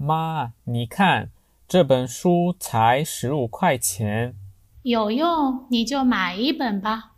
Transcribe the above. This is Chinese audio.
妈，你看这本书才十五块钱。有用你就买一本吧。